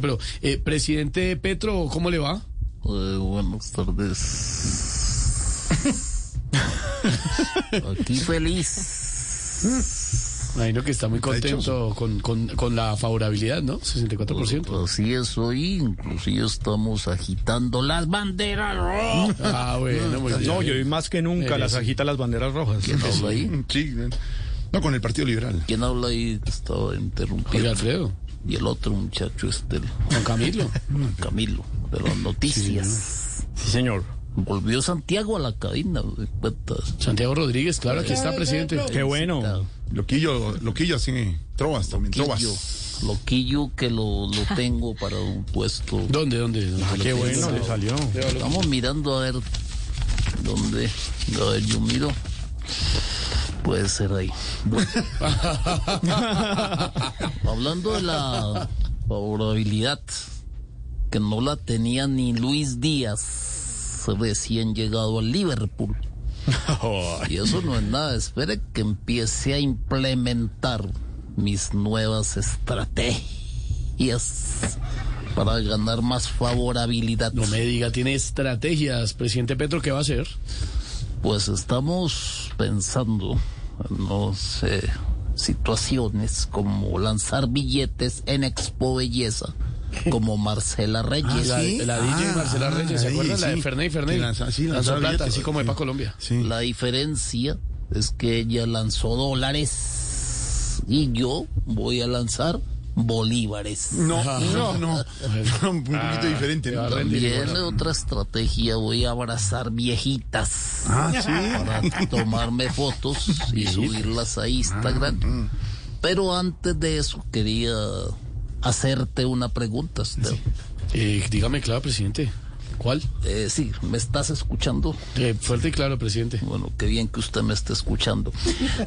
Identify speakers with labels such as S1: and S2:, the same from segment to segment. S1: Pero, eh, presidente Petro, ¿cómo le va?
S2: Eh, buenas tardes. Aquí feliz.
S1: Imagino que está muy contento con, con, con la favorabilidad, ¿no? 64%.
S2: Pues así es hoy, inclusive estamos agitando las banderas rojas.
S1: Ah, bueno, muy bien.
S3: Pues No, yo hoy más que nunca las agita las banderas rojas.
S2: ¿Quién habla ahí?
S4: Sí, no, con el Partido Liberal.
S2: ¿Quién habla ahí? Estaba
S1: Oye,
S2: interrumpiendo.
S1: Alfredo,
S2: Y el otro muchacho es del
S1: Juan Camilo.
S2: Camilo, de las noticias.
S3: Sí, señor.
S2: Volvió Santiago a la cabina, de cuentas.
S1: Santiago Rodríguez, claro, aquí está, presidente.
S3: Qué bueno.
S4: Loquillo, loquillo así, trovas también,
S2: Loquillo,
S4: trovas.
S2: loquillo que lo, lo tengo para un puesto.
S1: ¿Dónde, dónde? dónde?
S3: Qué bueno, le salió.
S2: Estamos mirando a ver dónde. A ver, yo miro. Puede ser ahí. Bueno. Hablando de la favorabilidad, que no la tenía ni Luis Díaz, recién llegado al Liverpool. Y eso no es nada. Espere que empiece a implementar mis nuevas estrategias para ganar más favorabilidad.
S1: No me diga, tiene estrategias, presidente Petro, ¿qué va a hacer?
S2: Pues estamos pensando en no sé, situaciones como lanzar billetes en Expo Belleza, como Marcela Reyes.
S1: La, la DJ
S4: Ah,
S1: Marcela Reyes, ¿se
S4: ahí,
S1: acuerdan? La de
S4: sí.
S1: Ferney Ferney.
S4: Que lanza- sí,
S1: Lanzó
S4: lanzó
S1: plata,
S4: billetes,
S1: así como de
S4: sí.
S1: Paz Colombia.
S4: Sí.
S2: La diferencia es que ella lanzó dólares y yo voy a lanzar bolívares.
S4: No, no, no. Un poquito diferente, ¿no?
S2: También otra estrategia, voy a abrazar viejitas para tomarme fotos y subirlas a Instagram. Pero antes de eso quería hacerte una pregunta, Esteban.
S1: Eh, dígame, claro, presidente. ¿Cuál?
S2: Eh, sí, ¿me estás escuchando?
S1: Eh, fuerte y claro, presidente.
S2: Bueno, qué bien que usted me esté escuchando.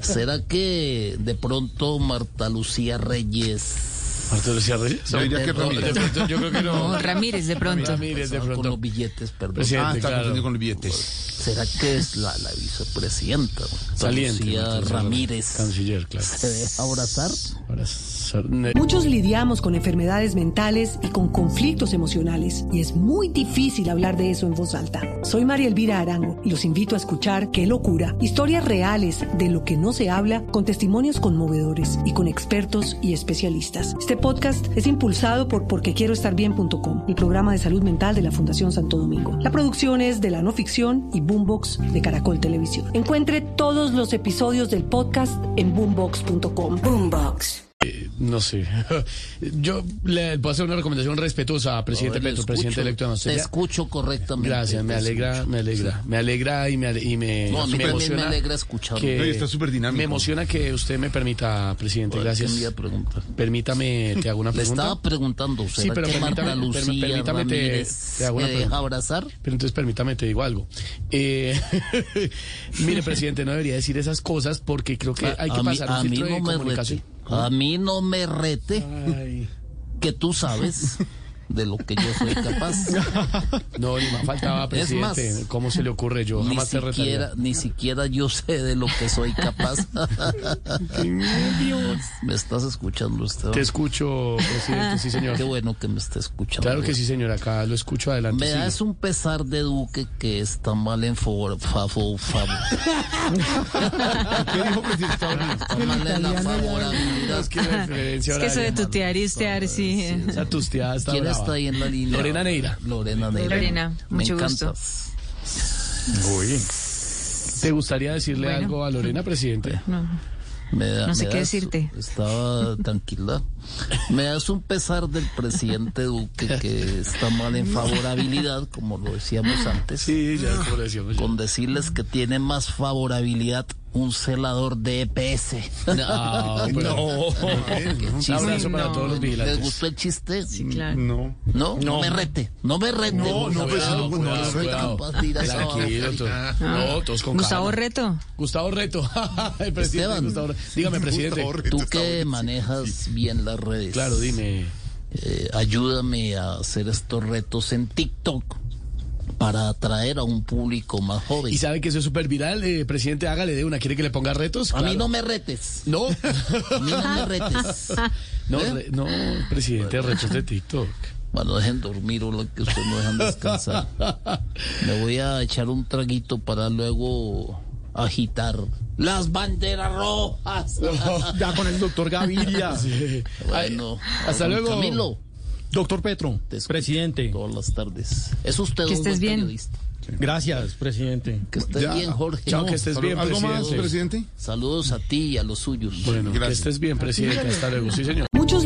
S2: ¿Será que de pronto Marta Lucía Reyes
S1: Marta Lucía Reyes.
S4: Yo diría que Ramírez.
S1: De pronto, yo creo que no.
S5: No, Oh, Ramírez de pronto.
S1: Ramírez, de
S2: estaba con
S1: pronto.
S2: los billetes, perdón?
S1: Presidente,
S4: Ah, está
S1: claro.
S4: confundido con los billetes.
S2: ¿Será que es la, la vicepresidenta? Marta
S1: Saliente.
S2: Lucía
S1: Marta
S2: Ramírez.
S1: Canciller, claro.
S2: ¿Se deja abrazar?
S1: Ahora, sar- ne-
S6: Muchos lidiamos con enfermedades mentales y con conflictos emocionales y es muy difícil hablar de eso en voz alta. Soy María Elvira Arango y los invito a escuchar Qué locura, historias reales de lo que no se habla con testimonios conmovedores y con expertos y especialistas. Este podcast es impulsado por porquequieroestarbien.com, el programa de salud mental de la Fundación Santo Domingo. La producción es de la no ficción y Boombox de Caracol Televisión. Encuentre todos los episodios del podcast en boombox.com.
S5: Boombox.
S1: eh, no sé. Yo le puedo hacer una recomendación respetuosa a presidente
S2: A ver, Oh, le
S1: Petro, presidente
S2: escucho.
S1: electo de
S2: Te
S1: Anastasia.
S2: escucho correctamente.
S1: Gracias, me
S2: te
S1: alegra,
S2: escucho.
S1: me alegra, me alegra y me, ale- y me,
S2: No, a mí
S1: me
S2: también
S1: emociona.
S2: me alegra escucharlo.
S1: que-
S4: No, y está súper dinámico.
S1: Me emociona que usted me permita, presidente.
S2: Ahora,
S1: Gracias.
S2: ¿qué me iba a preguntar?
S1: Permítame, te hago una
S2: Le
S1: pregunta.
S2: estaba preguntando, ¿será
S1: Sí, pero
S2: que Marta
S1: permítame-
S2: Lucía
S1: per- permítame te-
S2: Ramírez
S1: te hago
S2: me
S1: una
S2: deja
S1: pregunta.
S2: abrazar?
S1: Pero entonces permítame, te digo algo. Eh, mire, presidente, no debería decir esas cosas porque creo que Eh, hay que
S2: a mí,
S1: pasar un
S2: a mí
S1: filtro de
S2: no me
S1: comunicación.
S2: rete. A mí no me rete
S1: Ay.
S2: que tú sabes de lo que yo soy capaz.
S1: No, ni más faltaba,
S2: Es más,
S1: presidente. ¿Cómo se le ocurre? Yo Pues
S2: Ni
S1: jamás te retaría.
S2: siquiera, ni siquiera yo sé de lo que soy capaz. ¿Me estás escuchando, Esteban?
S1: Te escucho, presidente, sí, señor.
S2: Qué bueno que me esté escuchando.
S1: Claro que sí, señor, acá lo escucho adelante.
S2: Me
S1: sigue.
S2: da es un pesar de Duque que está mal en favor, favor, favor.
S4: ¿Qué dijo presidente?
S2: Está mal en la favorabilidad.
S1: Es que la diferencia
S5: Es que eso de
S1: horaria, mano.
S5: tutear y ustear, sí.
S2: Sí.
S1: Esa tusteada está
S2: ¿Quién
S1: brava.
S2: está ahí en la línea?
S1: Lorena Neira.
S2: Lorena Neira.
S5: Lorena,
S2: Me
S5: mucho
S2: encanta.
S5: gusto.
S1: ¿Te gustaría decirle
S5: Bueno.
S1: algo a Lorena, presidente?
S5: No.
S2: Me da-
S5: No sé
S2: me
S5: qué
S2: das-
S5: decirte.
S2: Estaba tranquila. Me das un pesar del presidente Duque que está mal en favorabilidad, como lo decíamos antes.
S1: Ah. Sí, ya como le decíamos.
S2: Con decirles que tiene más favorabilidad un celador de E EPS.
S1: Ah, bueno.
S4: No,
S1: Un abrazo para
S5: No.
S1: todos los
S2: ¿Les
S1: vigilantes.
S2: gustó el chiste?
S5: Sí, claro.
S4: no.
S2: No, no
S3: No.
S2: me rete, no me rete.
S4: No, no, pues,
S1: Cuidado,
S4: no, no,
S1: cuidado,
S4: no, soy
S1: cuidado.
S2: capaz de ir a esa
S1: Tranquilo,
S2: barra.
S1: todo. No, todos con
S5: Gustavo
S1: calma.
S5: Reto.
S1: Gustavo Reto. El presidente
S2: Esteban.
S1: Gustavo Reto. Dígame, presidente.
S4: Gustavo Reto
S2: Tú
S4: está
S2: que
S4: buenísimo.
S2: manejas bien las redes.
S1: Claro, dime.
S2: eh, ayúdame a hacer estos retos en TikTok para atraer a un público más joven.
S1: ¿Y sabe que eso es súper viral? Eh, presidente, hágale de una. ¿Quiere que le ponga retos?
S2: A mí
S1: Claro.
S2: no me retes.
S1: No.
S2: A mí no me retes.
S1: No,
S2: ¿Eh?
S1: re- no, presidente, retos de TikTok.
S2: Bueno, dejen dormir o lo que ustedes no dejan descansar. Me voy a echar un traguito para luego agitar las banderas rojas.
S3: Ya con el doctor Gaviria,
S2: Bueno,
S1: Ay, hasta
S2: don
S1: luego.
S2: Camilo,
S3: doctor Petro,
S2: Te escucho.
S3: presidente.
S2: todas las tardes. Es usted
S5: Que
S2: un
S5: estés
S2: buen
S5: bien.
S2: periodista.
S3: Gracias, presidente.
S2: Que estés
S4: Ya.
S2: bien, Jorge.
S1: Chao, que estés bien,
S4: ¿Algo más,
S1: presidente.
S4: presidente?
S2: Saludos a ti y a los suyos.
S1: Bueno, que
S4: Gracias.
S1: estés bien, presidente. Hasta luego. Sí, señor.
S6: Muchos